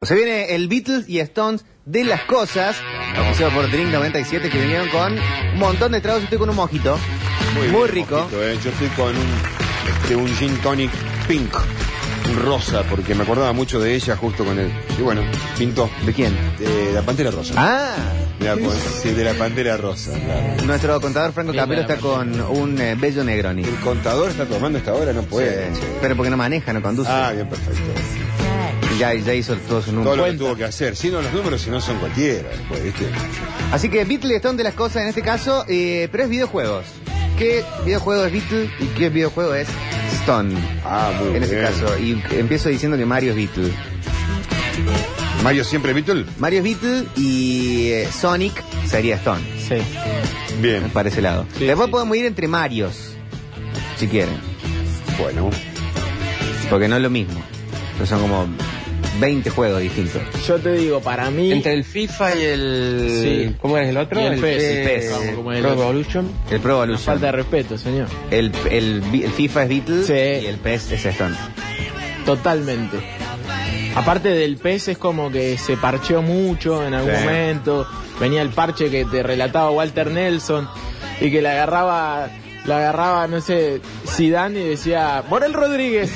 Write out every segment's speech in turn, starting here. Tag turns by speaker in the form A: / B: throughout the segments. A: Se viene el Beatles y Stones de las cosas, oficiado por Drink 97, que vinieron con un montón de tragos. Estoy con un mojito, muy,
B: bien,
A: rico.
B: mojito, eh. Yo estoy con un, este, un gin tonic pink, un rosa, porque me acordaba mucho de ella justo con él. Y bueno, pintó.
A: ¿De quién?
B: De la Pantera Rosa.
A: Ah,
B: Mirá, pues, sí, de la Pantera Rosa. claro.
A: nuestro contador Franco Capelo está con un eh, bello Negroni.
B: El contador está tomando esta hora, no puede.
A: Eh, pero porque no maneja, no conduce.
B: Ah, bien, perfecto.
A: Ya, ya hizo todo su
B: Todo
A: número.
B: lo que tuvo que hacer. Si no, los números, si no son cualquiera. después, ¿viste?
A: Así que Beatles y Stones de las cosas en este caso, eh, pero es videojuegos. ¿Qué videojuego es Beatles y qué videojuego es Stone?
B: Ah, muy
A: en ese
B: bien.
A: caso, y empiezo diciendo que Mario es Beatles.
B: Mario siempre Beatle.
A: Mario es Beatle y eh, Sonic sería Stone, eh,
C: Sí.
B: Bien.
A: para ese lado.
C: Sí,
A: Después
C: sí.
A: podemos ir entre Marios, si quieren,
B: Bueno.
A: porque no es lo mismo. Pero son como 20 juegos distintos.
C: Yo te digo, para mí.
D: Entre el FIFA y el.
C: Sí.
D: ¿Cómo es el otro?
C: Y el PES,
A: el PES.
D: Pro
C: Como el otro.
D: Evolution.
A: El Pro
C: una
A: Evolution.
C: falta de respeto, señor.
A: el, el, Bi- el FIFA es Beatle
C: Sí.
A: y el PES es Stone.
C: Totalmente. Aparte del PES es como que se parcheó mucho en algún
A: Sí.
C: momento. Venía el parche que te relataba Walter Nelson y que la agarraba, la agarraba, no sé, Zidane y decía, Morel Rodríguez.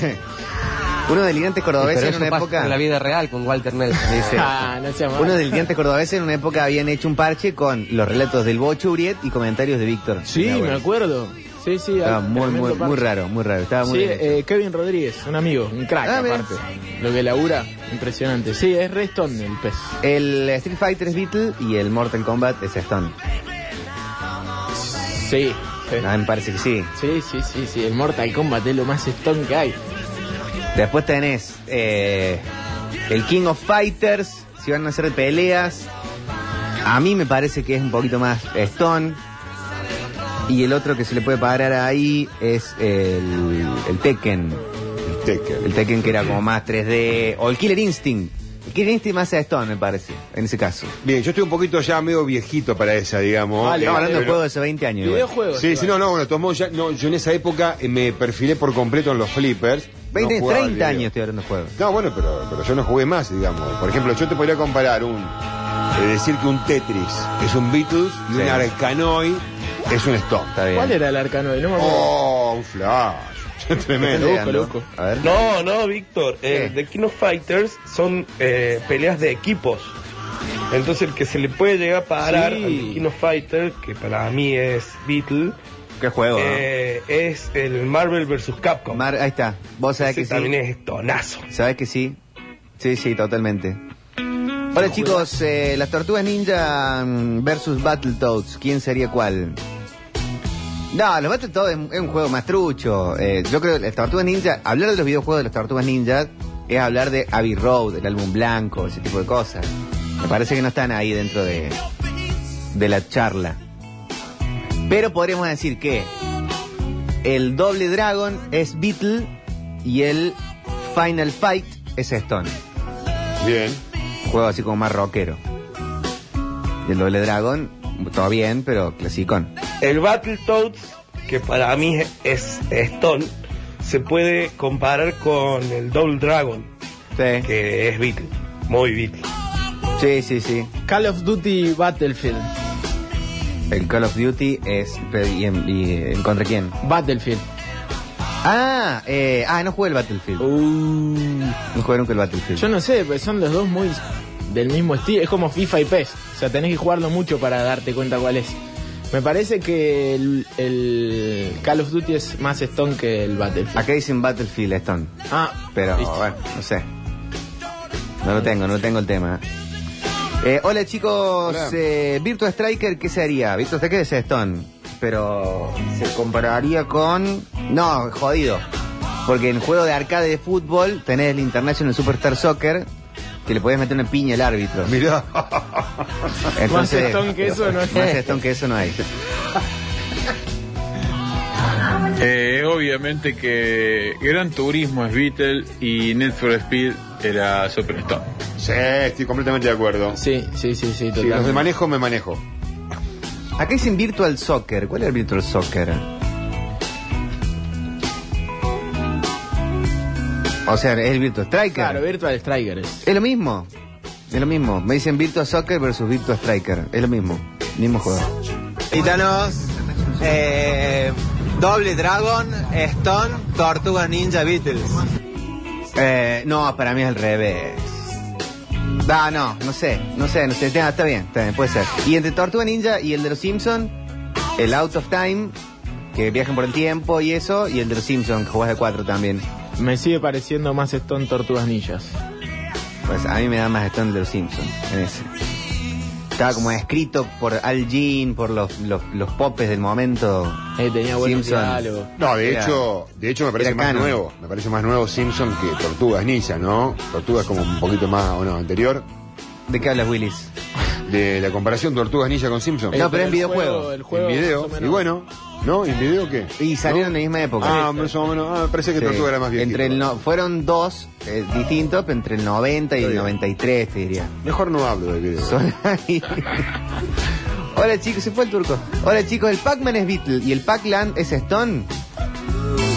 A: Uno del gigante cordobés
D: Pero
A: en
D: eso
A: una
D: pasa
A: época...
D: en la vida real con Walter Nelson.
A: Sí.
C: Ah, no sea malo.
A: Uno del diente cordobés en una época habían hecho un parche con los relatos del Bocho Uriet y comentarios de Víctor.
C: Sí,
A: Mi
C: me
A: abuelo.
C: acuerdo. Sí, sí.
A: Estaba
C: al-
A: muy, muy,
C: tremendo
A: muy
C: parche.
A: raro, muy raro. Estaba muy
C: Sí,
A: bien hecho.
C: eh, Kevin Rodríguez, un amigo, un crack
A: Ah, mira.
C: aparte. Lo que labura, impresionante. Sí, es Reston el PES.
A: El Street Fighter es Beatle y el Mortal Kombat es Stone.
C: Sí. sí.
A: A mí me parece que sí.
C: Sí, sí, sí, sí. El Mortal Kombat es lo más stone que hay.
A: Después tenés eh, el King of Fighters, si van a hacer peleas. A mí me parece que es un poquito más Stone. Y el otro que se le puede parar ahí es el, el Tekken.
B: El Tekken.
A: El Tekken que era como más 3D. O el Killer Instinct. El Killer Instinct más a Stone, me parece, en ese caso.
B: Bien, yo estoy un poquito ya medio viejito para esa, digamos.
A: Estamos
C: Vale,
B: Eh,
A: hablando de
B: pero-
A: juegos de hace 20 años. igual.
C: Videojuegos.
B: Sí, sí,
C: igual.
B: no, no, bueno, tomó ya, no, yo en esa época eh, me perfilé por completo en los flippers.
A: 20,
B: No jugaba al
A: 30
B: video.
A: años estoy hablando de juegos.
B: No, bueno, pero, pero yo no jugué más, digamos. Por ejemplo, yo te podría comparar un. eh, decir que un Tetris es un Beatles y
A: Sí.
B: un Arcanoi es un Stone.
A: Está bien.
C: ¿Cuál era el arcano? No me acuerdo.
B: ¡Oh, un flash! Tremendo.
C: Loco,
A: Leandro.
C: loco.
A: A ver.
E: No, no, Víctor.
A: ¿Qué?
E: Eh, The King of Fighters son eh, peleas de equipos. Entonces el que se le puede llegar a parar
C: Sí.
E: al The King of Fighters, que para mí es Beatle,
A: ¿Qué juego? eh?
E: eh, es el Marvel vs. Capcom.
A: Mar- ahí está. Vos sabés
E: Ese
A: que sí.
E: también es estonazo.
A: ¿Sabes que sí? Sí, sí, totalmente. Hola chicos, eh, las tortugas ninja mm, versus Battletoads, ¿quién sería cuál? No, los Battletoads es, es un juego más trucho. Eh, yo creo que las tortugas ninja, hablar de los videojuegos de las tortugas ninja es hablar de Abbey Road, el álbum blanco, ese tipo de cosas. Me parece que no están ahí dentro de, de la charla. Pero podríamos decir que el doble dragon es Beatle y el Final Fight es Stone.
B: Bien.
A: Juego así como más rockero. Y el doble dragon, todo bien, pero clasicón.
E: El Battletoads, que para mí es Stone, se puede comparar con el Double Dragon,
A: Sí.
E: que es Beatle. Muy Beatle.
A: Sí, sí, sí.
C: Call of Duty Battlefield.
A: El Call of Duty es. pero ¿Y, en- y en contra quién?
C: Battlefield.
A: Ah, eh, ah, no jugué el Battlefield.
C: Uh,
A: No jugué nunca el Battlefield.
C: yo no sé, pues son los dos muy del mismo estilo. Es como FIFA y PES. O sea, tenés que jugarlo mucho para darte cuenta cuál es. Me parece que el, el Call of Duty es más stone que el Battlefield.
A: Acá dicen Battlefield Stone.
C: Ah,
A: Pero
C: listo.
A: bueno, no sé. No lo tengo, no tengo el tema. Eh, hola chicos,
B: Hola.
A: Eh, Virtua Striker, ¿qué sería? Virtua Striker es Stone, pero se compararía con... No, jodido. Porque en juego de arcade de fútbol tenés el International Superstar Soccer, que le podés meter una piña al árbitro.
B: Mirá.
A: Entonces,
C: Más Stone que eso no hay.
A: Más Stone que eso no hay.
F: Eh, obviamente que Gran Turismo es Beatle y Need for Speed era Superstar.
B: Sí, estoy completamente de acuerdo. Sí,
C: Sí, sí, sí, sí, totalmente.
B: los de manejo me manejo.
A: Acá dicen Virtual Soccer. ¿Cuál es el Virtual Soccer? O sea, es el Virtua Striker.
C: Claro, Virtual Striker es.
A: Es lo mismo. Es lo mismo. Me dicen Virtua Soccer versus Virtua Striker. Es lo mismo. Mismo juego.
G: Titanos, eh, Doble Dragon, Stone, Tortuga Ninja Beatles.
A: Eh, no, para mí es al revés. Ah, no, no sé, no sé, no sé. Está, está bien, está bien, puede ser. Y entre Tortuga Ninja y el de los Simpsons, el Out of Time, que viajan por el tiempo y eso, y el de los Simpsons, que jugás de cuatro también.
C: Me sigue pareciendo más Stone Tortugas Ninjas.
A: Pues a mí me da más Stone de los Simpsons, en ese. Estaba como escrito por Al Jean, por los, los, los popes del momento.
C: Eh, tenía buenos
A: Simpsons.
C: diálogos.
B: No, de
A: Era-
B: hecho, de hecho me parece
A: era
B: más
A: canon.
B: nuevo. Me parece más nuevo Simpson que Tortugas Ninja, ¿no? Tortugas como un poquito más, o no, anterior.
A: ¿De qué hablas, Willis?
B: De la comparación Tortugas Ninja con Simpson.
A: No,
B: En
A: pero
C: el
A: en videojuego.
C: juego- el juego
B: video.
C: más o
B: Y
C: menos.
B: bueno, ¿no? ¿Y en video qué?
A: Y salieron en
B: ¿No?
A: la misma época.
B: Ah, más o menos. Ah, me parece que
A: Sí.
B: Tortuga era más bien.
A: Entre el no- fueron dos eh, distintos, pero entre el 90 y
B: Está
A: el
B: bien.
A: 93, te diría.
B: Mejor no hablo del video.
A: Son ahí. Hola chicos, se fue el turco. Hola chicos, el Pac-Man es Beatle y el Pac-Land es Stone.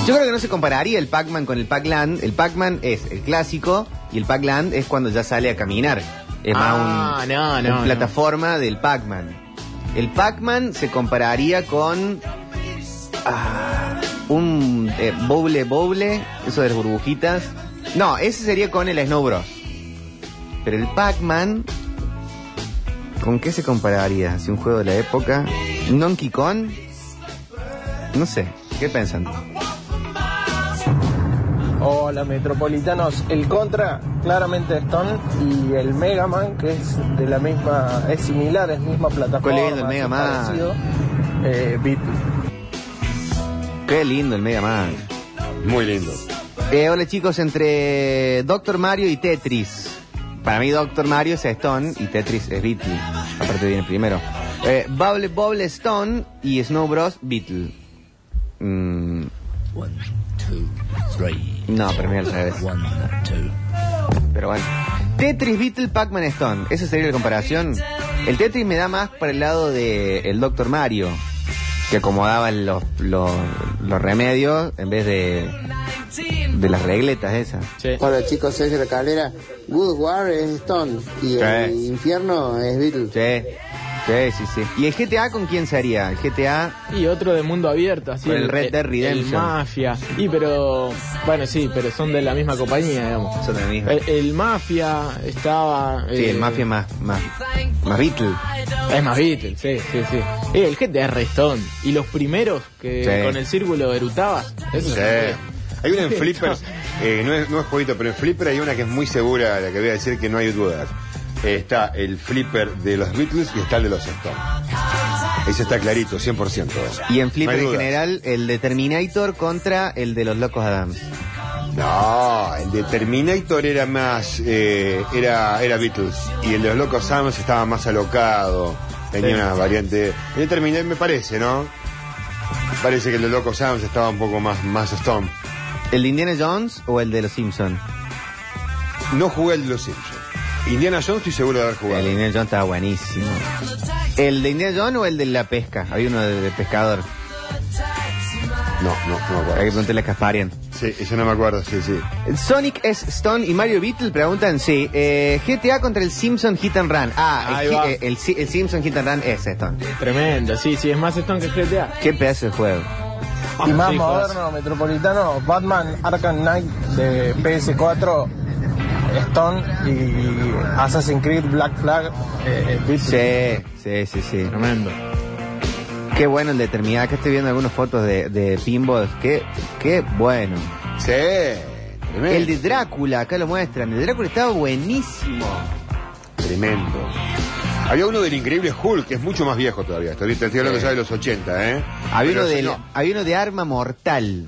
A: Yo creo que no se compararía el Pac-Man con el Pac-Land. El Pac-Man es el clásico y el Pac-Land es cuando ya sale a caminar. Es
C: Ah,
A: más un,
C: no, no,
A: un
C: no.
A: plataforma del Pac-Man. El Pac-Man se compararía con ah, un eh, Bowble Bowble, eso de las burbujitas. No, ese sería con el Snow Bros. Pero el Pac-Man ¿Con qué se compararía? Si un juego de la época. ¿Donkey Kong? No sé. ¿Qué piensan?
H: Hola Metropolitanos, el Contra, claramente Stone, y el Mega Man, que es de la misma, es similar, es misma plataforma.
A: ¿Cuál es el Mega
H: es
A: Man?
H: parecido, eh, Beatle.
A: Qué lindo el Mega Man.
B: Muy lindo.
A: Eh, hola chicos, entre Doctor Mario y Tetris. Para mí Doctor Mario es Stone y Tetris es Beatle. Aparte viene primero. Eh, Bubble Bobble Stone y Snow Bros Beatle. Mm, no, para mí al revés. Pero bueno. Tetris, Beatle, Pac-Man, Stone. Esa sería la comparación. El Tetris me da más para el lado de el Dr. Mario, que acomodaba los, los, los remedios en vez de, de las regletas esas.
C: Sí.
I: Hola chicos, soy de la calera. Good War es Stone y el
A: Sí.
I: infierno es Beatles.
A: Sí, sí, sí, sí. ¿Y el GTA con quién sería? El GTA,
C: Y otro de mundo abierto, así.
A: Con el Red Dead Redemption.
C: El Mafia. Y pero. Bueno, sí, pero son de la misma compañía, digamos.
A: son de la misma.
B: Eh,
C: El, el Mafia estaba.
A: sí,
C: eh,
A: el Mafia más, más, más Beatle.
C: Es más Beatles, sí, sí, sí. Y el GTA Restón. Y los primeros que
A: Sí.
C: con el círculo erutabas. Eso
B: Sí.
C: es-
B: Hay una en Flipper, eh, no, es, no es jueguito, pero en Flipper hay una que es muy segura, la que voy a decir que no hay dudas. Eh, está el Flipper de los Beatles y está el de los Stones. Ese está clarito, 100%.
A: Y en
B: No
A: Flipper
B: hay
A: en
B: dudas.
A: general, el de Terminator contra el de los Locos Adams.
B: No, el de Terminator era más, eh, era, era Beatles. Y el de los Locos Adams estaba más alocado. Tenía una variante. El de Terminator me parece, ¿no? Me Parece que el de los Locos Adams estaba un poco más, más Stone.
A: ¿El de Indiana Jones o el de los Simpsons?
B: No jugué el de los Simpsons. Indiana Jones estoy seguro de haber jugado.
A: El de Indiana Jones estaba buenísimo. ¿El de Indiana Jones o el de la pesca? Había uno de, de pescador.
B: No, no, no me acuerdo.
A: Hay que preguntarle a Casparian.
B: Sí, eso no me acuerdo, sí, sí.
A: Sonic es Stone y Mario Beatle preguntan sí. eh, GTA contra el Simpson Hit and Run. Ah,
C: Ahí
A: el,
C: va.
A: Hi- eh, el Si- el Simpson Hit and Run es Stone.
C: Tremendo, sí, sí, es más Stone que GTA.
A: Qué pedazo de juego.
J: Ah,
H: Y más
C: Sí, jodas.
H: moderno, Metropolitano, Batman Arkham Knight de PS4, Stone y Assassin's Creed Black Flag, eh, Beatle.
A: Sí, sí, sí, sí.
C: Tremendo.
A: Qué bueno el de Terminar. Acá estoy viendo algunas fotos de, de pinballs. Qué, qué bueno.
B: Sí. Tremendo.
A: El de Drácula, acá lo muestran. El de Drácula estaba buenísimo.
B: Tremendo. Había uno del increíble Hulk, que es mucho más viejo todavía. Estoy, te estoy hablando ya de los 80, ¿eh?
A: Había
B: Pero
A: uno,
B: ese
A: de,
B: no.
A: había uno de Arma Mortal.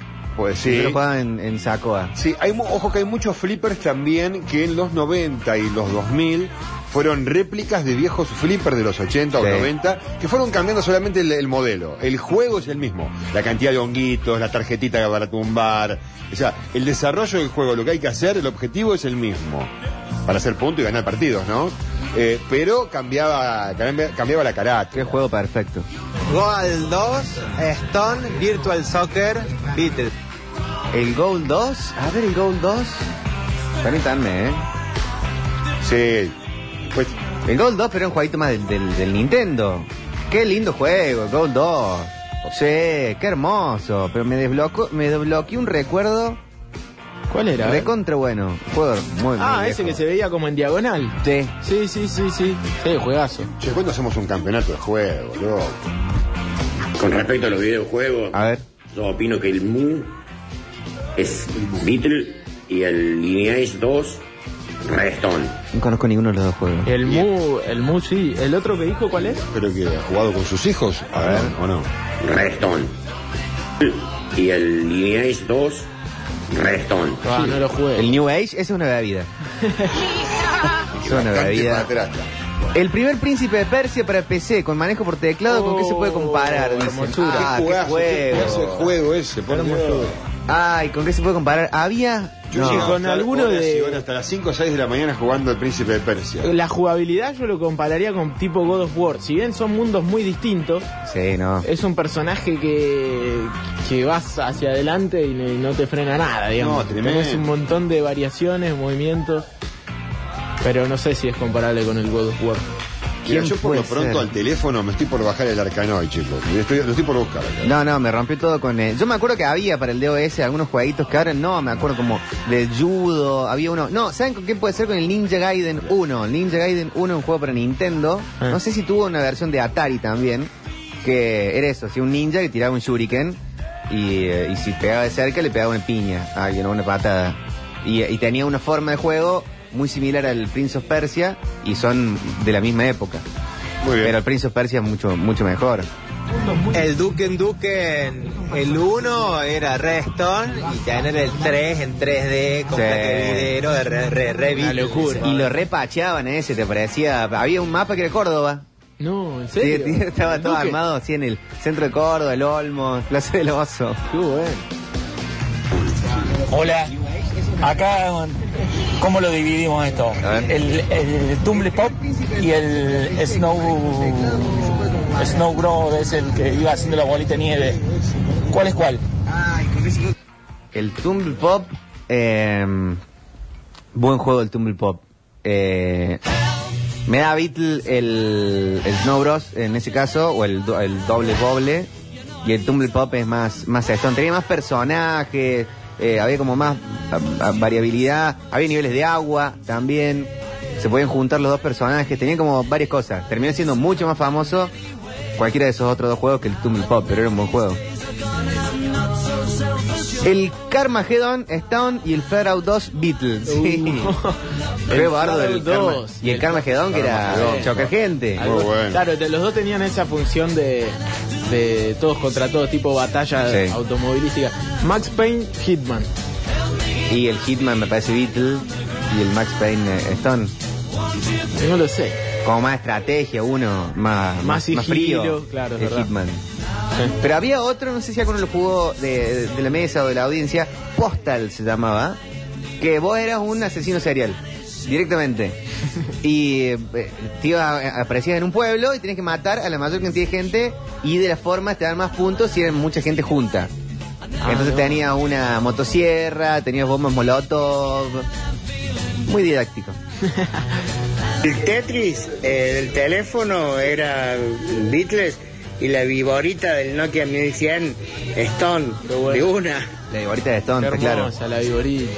A: Yo
B: Pues sí.
A: lo jugaba en, en Sacoa.
B: Sí, hay, mu- ojo que hay muchos flippers también que en los 90 y los 2000 fueron réplicas de viejos flippers de los 80
A: Sí.
B: o 90 que fueron cambiando solamente el, el modelo. El juego es el mismo. La cantidad de honguitos, la tarjetita que para tumbar. O sea, el desarrollo del juego, lo que hay que hacer, el objetivo es el mismo. Para hacer punto y ganar partidos, ¿no? Eh, pero cambiaba, cambia- cambiaba la
A: Qué
B: carácter.
A: juego perfecto.
G: Goal 2, Stone, Virtual Soccer, Beatles.
A: El Gold 2. A ver, el Gold 2. Permítanme, ¿eh?
B: Sí. Pues,
A: El Gold 2, pero era un jueguito más del, del- del Nintendo. Qué lindo juego, el Gold 2. Sí, qué hermoso. Pero me desbloqueó, me desbloqueé un recuerdo
C: ¿Cuál era?
A: recontra bueno. Juego muy
C: ah,
A: muy
C: ese que
A: viejo.
C: se veía como en diagonal.
A: Sí.
C: Sí, sí, sí, sí. Sí, juegazo.
B: che, ¿cuándo hacemos un campeonato de juego, loco?
K: Con respecto a los videojuegos,
A: A ver.
K: yo opino que el Mu es Beatle y el Lineage 2 Redstone.
A: No conozco ninguno de los dos juegos.
C: El Mu, el Mu, sí. ¿El otro que dijo cuál es?
B: Pero que ha jugado con sus hijos, a ver, ¿o no?
K: Redstone. Y el Lineage 2 Redstone.
C: Ah, no lo jugué.
A: El New Age, esa es una bebida. es una bebida.
B: Madrastra.
A: El primer príncipe de Persia para PC, con manejo por teclado, ¿con qué se puede comparar? Dice.
C: hermosura.
A: Ah,
B: ¿Qué
A: qué
B: jugazo, qué jugazo de
A: juego.
B: juego ese? Por Dios.
A: Ay, ¿con qué se puede comparar? ¿Había?
B: Yo
A: No.
B: llego
C: con
B: hasta
C: alguno
B: horas y
C: de-
B: horas, hasta las 5 o 6 de la mañana jugando al Príncipe de Persia.
C: La jugabilidad yo lo compararía con tipo God of War. Si bien son mundos muy distintos,
A: Sí, no.
C: es un personaje que, que vas hacia adelante y no, y no te frena nada, digamos.
B: No, tremendo.
C: Tenés un montón de variaciones, movimientos. Pero no sé si es comparable con el God of War.
B: Mira,
A: ¿quién
B: yo por lo
A: puede
B: pronto
A: ser?
B: al teléfono me estoy por bajar el Arcanoid, chicos. Lo estoy, lo estoy por buscar acá.
A: No, no, me rompió todo con él. Yo me acuerdo que había para el DOS algunos jueguitos que ahora no, me acuerdo como de judo, había uno. No, ¿saben con qué puede ser con el Ninja Gaiden 1? El Ninja Gaiden 1 es un juego para Nintendo.
C: Ah.
A: No sé si tuvo una versión de Atari también, que era eso, si un ninja que tiraba un shuriken y, eh, y si pegaba de cerca le pegaba una piña, a alguien, o una patada. Y, eh, y tenía una forma de juego muy similar al Prince of Persia y son de la misma época.
B: Muy bien.
A: Pero el Prince of Persia es mucho, mucho mejor.
G: El Duque en Duque en el 1 era Redstone y tener el 3 en 3D con
A: Sí.
G: placa de vidrio de re, re, re
C: Una
G: Beatles.
C: locura.
A: Y lo repacheaban ese, te parecía. Había un mapa que era Córdoba.
C: No, en serio.
A: Sí, sí, estaba
C: ¿El
A: todo
C: Duque?
A: armado así en el centro de Córdoba, el Olmo, Plaza del Oso.
C: Qué bueno.
J: Hola, acá, ¿cómo lo dividimos esto?
A: A ver.
J: El, el Tumble Pop y el Snow. Snow Bro es el que iba haciendo la bolita de nieve. ¿Cuál es cuál?
A: El Tumble Pop. eh, buen juego el Tumble Pop. Eh, me da Beatle el, el Snow Bros en ese caso, o el, do- el doble doble. Y el Tumble Pop es más, más Stone. Tenía más personajes, eh, había como más a- a- variabilidad, había niveles de agua también. Se podían juntar los dos personajes, tenía como varias cosas. Terminó siendo mucho más famoso cualquiera de esos otros dos juegos que el Tumble Pop, pero era un buen juego. El Carmageddon, Stone y el Far Out 2 Beatle. Sí.
C: Uh.
A: Qué
C: El
A: bardo del
C: Fallout
A: Karma-
C: 2.
A: Y el Carmageddon que era
B: Carmageddon.
A: choca gente.
B: Muy bueno.
C: Claro, te- los dos tenían esa función de, de todos contra todos, tipo batalla
A: Sí.
C: automovilística. Max Payne, Hitman.
A: Y el Hitman me parece Beatle y el Max Payne eh, Stone.
C: No lo sé.
A: Como más estrategia uno, más,
C: Más
A: más, más
C: sigilo,
A: frío
C: claro, es
A: el
C: verdad.
A: Hitman. Pero había otro, no sé si alguno lo jugó de, de la mesa o de la audiencia, Postal se llamaba, que vos eras un asesino serial, directamente. Y eh, te iba- eh, aparecías en un pueblo y tenías que matar a la mayor cantidad de gente y de la forma te dan más puntos si eran mucha gente junta.
C: Ah,
A: Entonces tenías una motosierra, tenías bombas molotov, muy didáctico.
J: El Tetris del teléfono era Beatles y la viborita del Nokia 1100 Stone, de una.
A: La viborita de Stone,
C: Qué
A: está claro.
C: hermosa la viborita.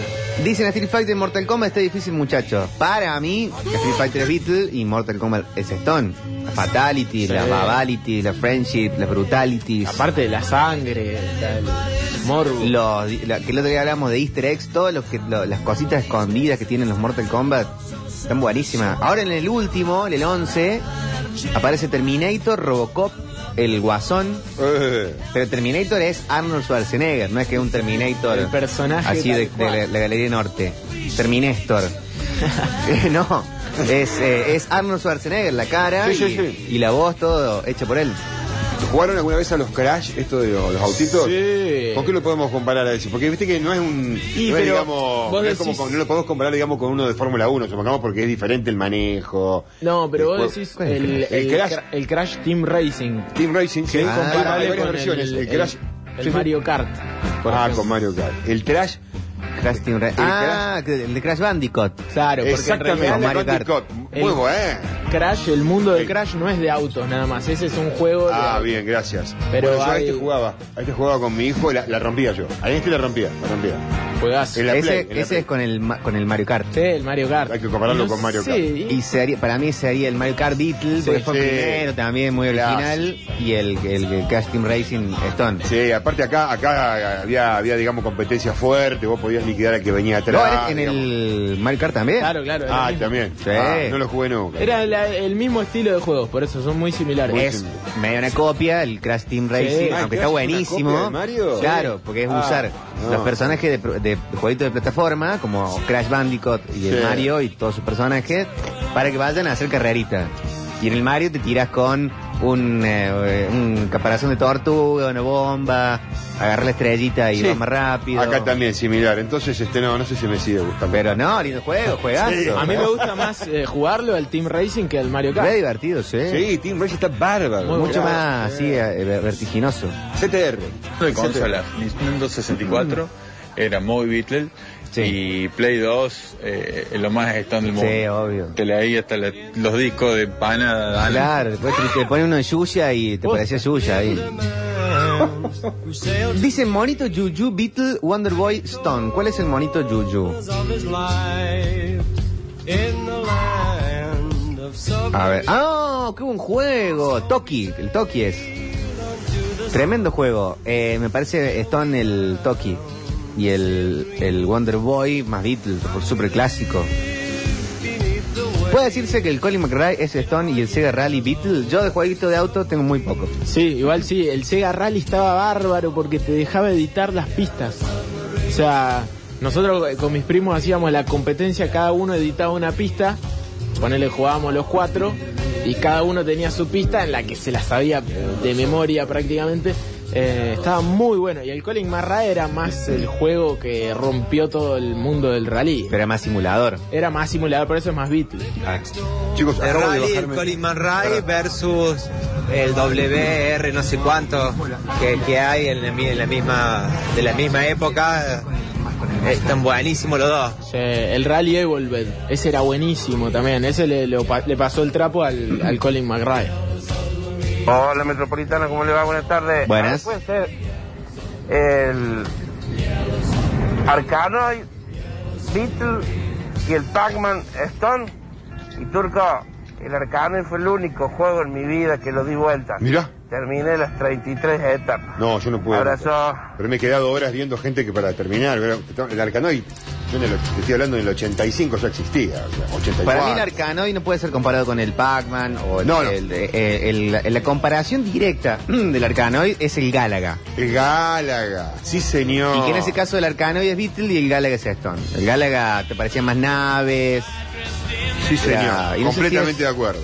A: Dicen Street Fighter y Mortal Kombat está difícil, muchachos. Para mí, Street Fighter es Beatle y Mortal Kombat es Stone. La fatality,
C: Sí.
A: la babality, la friendship, la brutality.
C: Aparte de la sangre, el morbo.
A: Los, la- que el otro día hablamos de Easter eggs, todas los que, lo- las cositas escondidas que tienen los Mortal Kombat están buenísimas. Ahora en el último, en el 11, aparece Terminator, Robocop, el Guasón.
B: Eh,
A: Pero Terminator es Arnold Schwarzenegger, no es que es un Terminator.
C: El personaje
A: Así
C: tal
A: de, de
C: cual.
A: la, la Galería Norte. Terminator. Eh, no, es, eh, es Arnold Schwarzenegger, la cara
B: Sí, sí,
A: y,
B: sí.
A: y la voz, todo hecho por él.
B: ¿Jugaron alguna vez a los Crash, esto de los, los autitos?
C: Sí.
B: ¿Por qué lo podemos comparar a eso? Porque viste que no es un.
C: Y,
B: no es,
C: pero,
B: digamos,
C: vos
B: no, es como
C: decís-
B: con- no lo podemos comparar, digamos, con uno de Fórmula 1, supongamos, porque es diferente el manejo.
C: No, pero
B: el
C: vos
B: juego.
C: decís
A: ¿Cuál es el
C: el,
B: Crash? El
C: el
B: Crash.
C: cra- el Crash Team Racing.
B: Team Racing, sí.
C: Que es
B: Ah,
C: comparable
B: hay varias
C: con
B: versiones.
C: el,
B: El
C: el-
B: Crash. Sí,
C: el
B: sí.
C: Mario Kart. por
B: ah,
C: ejemplo.
B: con Mario Kart. El Trash.
A: Crash Team Ra-
B: El
A: Ah, que- el de Crash Bandicoot.
C: Claro, porque
B: Exactamente,
C: en
A: Con
C: realidad
A: Mario Kart.
B: Bandicoot. Muy
C: El-
B: bueno.
C: Crash, el mundo de Crash no es de autos nada más, ese es un juego de-
B: Ah, bien, gracias.
C: Pero
B: Bueno, yo
C: hay-
B: a este jugaba, a este jugaba con mi hijo, la, la rompía yo. A este la rompía, la rompía.
C: juegazo.
B: En la Play,
A: Ese,
B: en la
A: ese
B: Play.
A: es con el, ma- con el Mario Kart.
C: Sí, el Mario Kart.
B: Hay que compararlo
C: No
B: con Mario
C: sé,
B: Kart.
C: y-
A: Y sería, para mí sería el Mario Kart Beatle, porque fue
B: sí.
A: primero también, muy original. Y el, el, el Crash Team Racing Stone.
B: Sí, aparte acá, acá había, había, digamos, competencia fuerte, vos podías liquidar al que venía
A: No,
B: atrás.
A: ¿eres en el Mario Kart también.
C: Claro, claro. era
B: Ah,
C: el mismo.
B: también.
A: Sí.
B: Ah, no lo jugué nunca.
C: Era la- el mismo estilo de juegos, por eso son muy similares.
A: Es medio una copia, el Crash Team Racing,
C: Sí.
B: Ah,
A: aunque está
B: ¿Crash es una
A: buenísimo.
B: copia de Mario?
A: Claro, porque es
B: Ah,
A: usar
B: no.
A: los personajes de, pro- de jueguitos de plataforma, como Crash Bandicoot y el
B: Sí.
A: Mario y todos sus personajes, para que vayan a hacer carrerita. Y en el Mario te tiras con un, eh, un caparazón de tortuga, una bomba, agarrar la estrellita y
B: Sí.
A: vas más rápido.
B: Acá también, similar. Entonces, este no, no sé si me sigue gustando.
A: Pero no, lindo juego, juegazo.
B: Sí.
C: A mí me gusta más eh, jugarlo al Team Racing que al Mario
A: Re
C: Kart.
A: divertido, sí.
B: Sí, Team Racing está bárbaro.
C: Muy
A: Mucho
C: Claro,
A: más, sí, eh, vertiginoso.
B: CTR.
F: de consolas, Nintendo 64 era muy Beatle
A: Mm. Sí.
F: y Play 2 eh, lo más están del mundo.
A: Sí, obvio.
F: Te leí hasta la- los discos de pana. Dan.
A: Claro, después te, te pone uno de Yuya y te parecía Yuya ahí. Dice monito Juju Beatle Wonderboy Stone. ¿Cuál es el monito Juju? A ver. ¡Ah! ¡Qué buen juego! Toki, el Toki es. Tremendo juego. Eh, me parece Stone el Toki. Y el, el Wonder Boy más Beatle, super clásico. ¿Puede decirse que el Colin McRae es Stone y el Sega Rally Beatle? Yo de jueguito de auto tengo muy poco.
C: Sí, igual sí, el Sega Rally estaba bárbaro porque te dejaba editar las pistas. O sea, nosotros eh, con mis primos hacíamos la competencia, cada uno editaba una pista, ponele jugábamos los cuatro y cada uno tenía su pista en la que se la sabía de memoria prácticamente. Eh, estaba muy bueno y el Colin McRae era más el juego que rompió todo el mundo del rally.
A: Pero es más simulador.
C: Era más simulador, por eso es más Beatle.
B: Chicos,
G: El
B: acabo de
G: rally, el
B: bajarme.
G: Colin Ray versus el WR, no sé cuánto que, que hay en la, mi- en la misma de la misma época. Están buenísimos los dos.
C: Sí, el Rally Evolved, ese era buenísimo también, ese le, lo pa- le pasó el trapo al, al Colin McRae.
L: Hola Metropolitano, ¿cómo le va? Buenas tardes.
A: Buenas.
L: Ah, ¿Puede ser el Arcanoid, Beatle y el Pac-Man Stone? Y Turco, el Arcanoid fue el único juego en mi vida que lo di vuelta.
B: Mirá.
L: Terminé las 33 etapas.
B: No, yo no puedo.
L: Abrazo.
B: Pero me he quedado horas viendo gente que para terminar, ¿verdad? el Arcanoid, yo en el, te estoy hablando en el 85 ya existía, o sea, 84.
A: Para mí el Arcanoid no puede ser comparado con el Pac-Man o el,
B: No, no.
A: el- eh, el- el- la comparación directa del Arcanoid es el Gálaga.
B: El Gálaga, sí señor.
A: Y que en ese caso el Arcanoid es Beatle y el Gálaga es Stone. El Gálaga te parecían más naves.
B: Sí señor,
A: Era- y no sé
B: completamente
A: si
B: de acuerdo.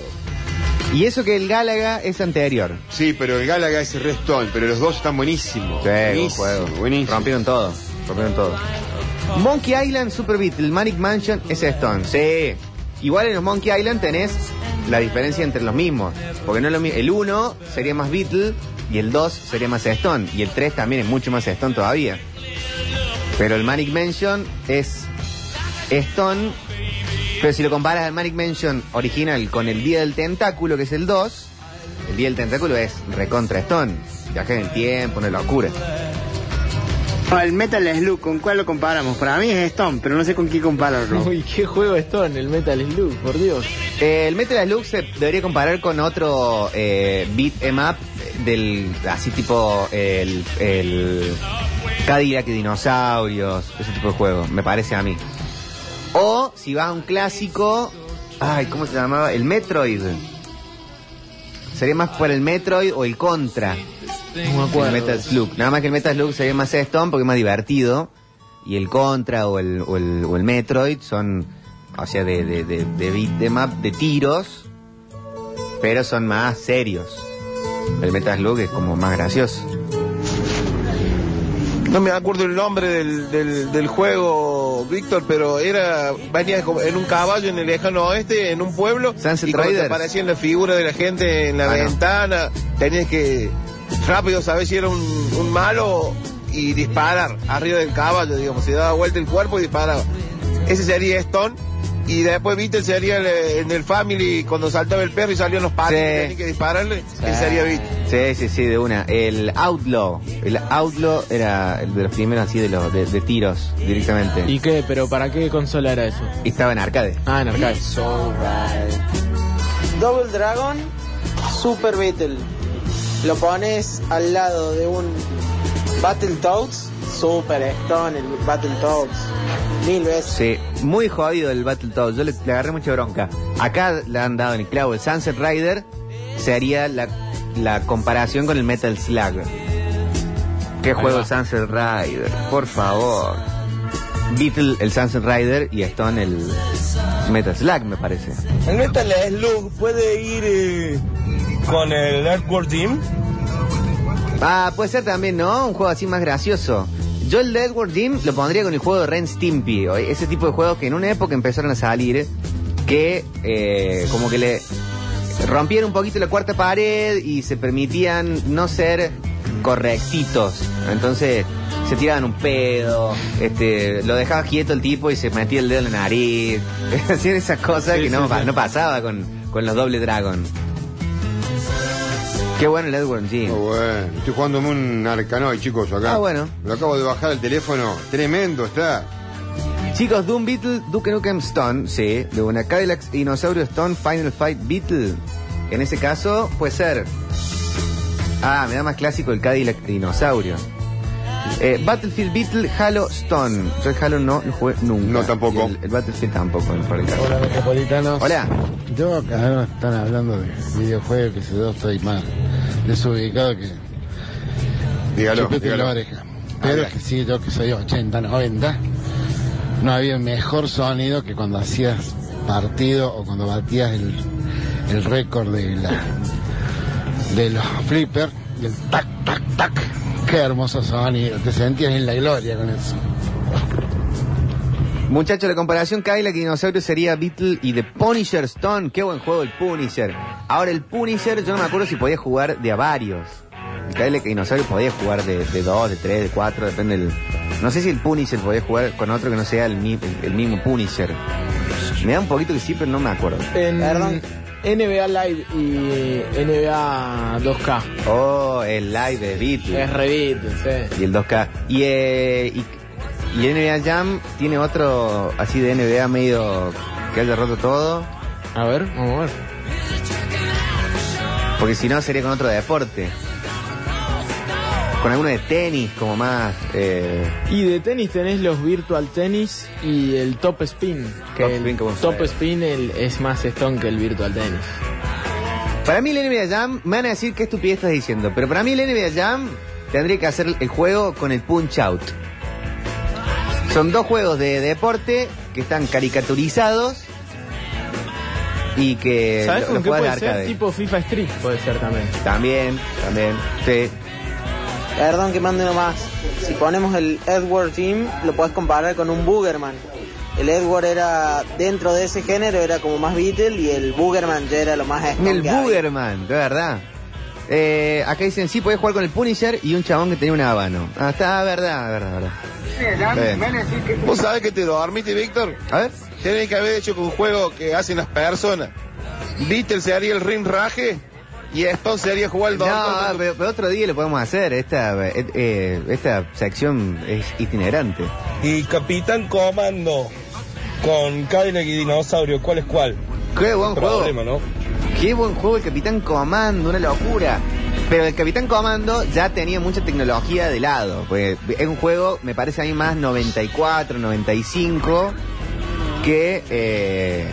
A: Y eso que el Gálaga es anterior.
B: Sí, pero el Gálaga es el Restón, pero los dos están buenísimos.
A: Sí, buen
B: buenísimo,
A: juego.
B: buenísimo.
A: Rompieron todo. Rompieron todo. Monkey Island Super Beatle, Manic Mansion es Stone. Sí. Igual en los Monkey Island tenés la diferencia entre los mismos. Porque no es lo mi- El 1 sería más Beatle y el 2 sería más Stone. Y el 3 también es mucho más Stone todavía. Pero el Manic Mansion es Stone. Pero si lo comparas al Manic Mansion original con el Día del Tentáculo, que es el 2, el Día del Tentáculo es recontra Stone. Viaje en el tiempo, una locura.
J: No, el Metal Slug, ¿con cuál lo comparamos? Para mí es Stone, pero no sé con qué compararlo.
C: Uy, qué juego esto en el Metal Slug, por Dios.
A: Eh, El Metal Slug se debería comparar con otro eh, beat em up del así tipo el, el Cadillac y dinosaurios, ese tipo de juego, me parece a mí. O si vas a un clásico, ay, ¿cómo se llamaba? El Metroid. Sería más por el Metroid o el Contra.
C: No me
A: que El
C: acuerdo.
A: Metal Slug. Nada más que el Metal Slug sería más Stone porque es más divertido. Y el Contra o el, o el, o el Metroid son, o sea, de, de, de, de beat 'em up, de tiros, pero son más serios. El Metal Slug es como más gracioso.
M: No me acuerdo el nombre del, del, del juego, Víctor, pero era venías como en un caballo en el lejano oeste, en un pueblo,
A: Sunset
M: y cuando te
A: Riders.
M: aparecían las figuras de la gente en la
A: Ah, no.
M: ventana, tenías que rápido saber si era un, un malo y disparar arriba del caballo, digamos. Se daba vuelta el cuerpo y disparaba. Ese sería Stone. Y después Beatle sería el, eh, en el Family, cuando saltaba el perro y salían los patos, y
A: Sí.
M: tenían que dispararle. Ese sería Beatle.
A: Sí, sí, sí, de una. El Outlaw. El Outlaw era el de los primeros así de, los, de, de tiros directamente.
C: ¿Y qué? ¿Pero para qué consola era eso?
A: Estaba en arcade.
C: Ah, en arcade.
N: Double Dragon, Super Beetle. Lo pones al lado de un Battletoads, Super Stone, el Battletoads. Mil veces.
A: Sí, muy jodido el Battletoads. Yo le, le agarré mucha bronca. Acá le han dado en el clavo. El Sunset Rider se haría la, la comparación con el Metal Slug. ¿Qué juego el Sunset Rider? Por favor. Beatle, el Sunset Rider y Stone, el Metal Slug, me parece.
L: El Metal Slug puede ir eh, con el Earthworm Team.
A: Ah, puede ser también, ¿no? Un juego así más gracioso. Yo el de Edward Jim lo pondría con el juego de Ren Stimpy, o ese tipo de juegos que en una época empezaron a salir, que eh, como que le rompieron un poquito la cuarta pared y se permitían no ser correctitos. Entonces se tiraban un pedo, este, lo dejaba quieto el tipo y se metía el dedo en la nariz. Hacían esas cosas que no, pa- no pasaba con, con los doble dragon. Qué bueno el Edward Jim.
B: Muy Ah, bueno. Estoy jugándome un Arcanoid, chicos, acá.
A: Ah, bueno.
B: Lo acabo de bajar el teléfono. Tremendo está.
A: Chicos, Doom Beetle, Duke Nukem Stone, sí, de una Cadillac Dinosaurio Stone Final Fight Beetle. En ese caso, puede ser. Ah, me da más clásico el Cadillac Dinosaurio. Eh, Battlefield Beetle, Halo Stone. Yo el Halo no lo jugué nunca. No, tampoco. El, el Battlefield tampoco, por el caso.
O: Hola, metropolitanos.
A: Hola.
O: Yo acá no están hablando de videojuegos, que se yo estoy mal desubicado que.
B: Dígalo,
O: Chupete
B: dígalo.
O: la oreja. Pero es que sí, yo que soy 80, 90, no había mejor sonido que cuando hacías partido o cuando batías el, el récord de la de los flippers, del tac, tac, tac. Qué hermoso sonido, te sentías en la gloria con eso.
A: Muchachos, la comparación Cadillac Dinosaurio sería Beetle y The Punisher Stone. Qué buen juego el Punisher. Ahora el Punisher, yo no me acuerdo si podía jugar de a varios. El Cadillac Dinosaurio podía jugar de, de dos, de tres, de cuatro, depende del... No sé si el Punisher podía jugar con otro que no sea el, mi- el- el mismo Punisher. Me da un poquito que sí, pero no me acuerdo.
C: En NBA Live y NBA 2K.
A: Oh, el live de Beatle.
C: Es re Beatles, sí.
A: Y el 2K. Y, eh, y, y NBA Jam tiene otro así de NBA medio que haya roto todo.
C: A ver, vamos a ver.
A: Porque si no sería con otro deporte. Con alguno de tenis, como más. eh,
C: Y de tenis tenés los Virtual Tennis y el Top Spin. Que
A: Top
C: el
A: Spin, ¿cómo se
C: Top
A: llama?
C: Spin el- es más Stone que el Virtual Tennis.
A: Para mí el NBA Jam, me van a decir qué estupidez estás diciendo, pero para mí el NBA Jam tendría que hacer el juego con el Punch Out. Son dos juegos de deporte que están caricaturizados y que
C: ¿Sabes
A: Eh, lo- lo
C: con qué
A: juegas de
C: puede ser?
A: arcade.
C: Tipo FIFA Street puede ser también.
A: También, también, sí.
N: Perdón que mande nomás. Si ponemos el Edward Jim, lo puedes comparar con un Boogerman. El Edward era, dentro de ese género, era como más Beatle y el Boogerman ya era lo más Stone
A: El
N: que había.
A: Boogerman, de verdad. Eh, acá dicen, sí, podés jugar con el Punisher y un chabón que tenía un habano. Ah, está, verdad, verdad, ah, verdad. Bien.
M: ¿Vos sabés que te dormiste, Víctor?
A: A ver.
M: Tenés que haber hecho un juego que hacen las personas. Beatle se haría el ring raje y Stone se haría jugar el don.
A: No, ah, pero, pero otro día lo podemos hacer. Esta, eh, eh, esta sección es itinerante.
L: Y Capitán Comando con Cadillac y Dinosaurio, ¿cuál es cuál?
A: Qué buen juego.
L: Problema, ¿no?
A: Qué buen juego el Capitán Comando, una locura. Pero el Capitán Comando ya tenía mucha tecnología de lado. Pues es un juego, me parece a mí más 94, 95, que eh,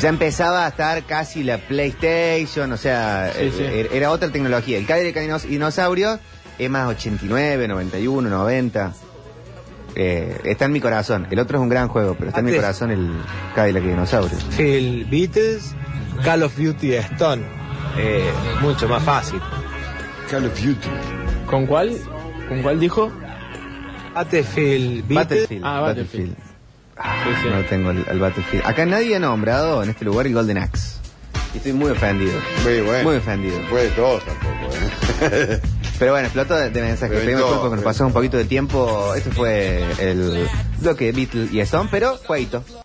A: ya empezaba a estar casi la PlayStation, o sea,
C: Sí,
A: eh,
C: sí.
A: er- era otra tecnología. El Cadillac Dinos- Dinosaurio es más 89, 91, 90. Eh, está en mi corazón. El otro es un gran juego, pero está en mi
G: Antes-
A: corazón el Cadillac Dinosaurio.
G: El Beatles, Call of Duty Stone. Eh, mucho más fácil.
B: Call of Duty.
C: ¿Con cuál? ¿Con cuál dijo?
G: Battlefield, Beatles.
A: Battlefield.
G: Ah,
A: Battlefield. No tengo el, el Battlefield. Acá nadie ha nombrado en este lugar el Golden Axe. Y estoy muy ofendido.
B: Muy bueno.
A: Muy ofendido.
B: Fue de todo tampoco, ¿eh?
A: Pero bueno, explotó de, de mensajes.
B: Pero
A: Pedimos
B: no,
A: disculpas que nos
B: pero-
A: pasó un poquito de tiempo. Este fue el bloque de Beatle y Stone, pero jueguito.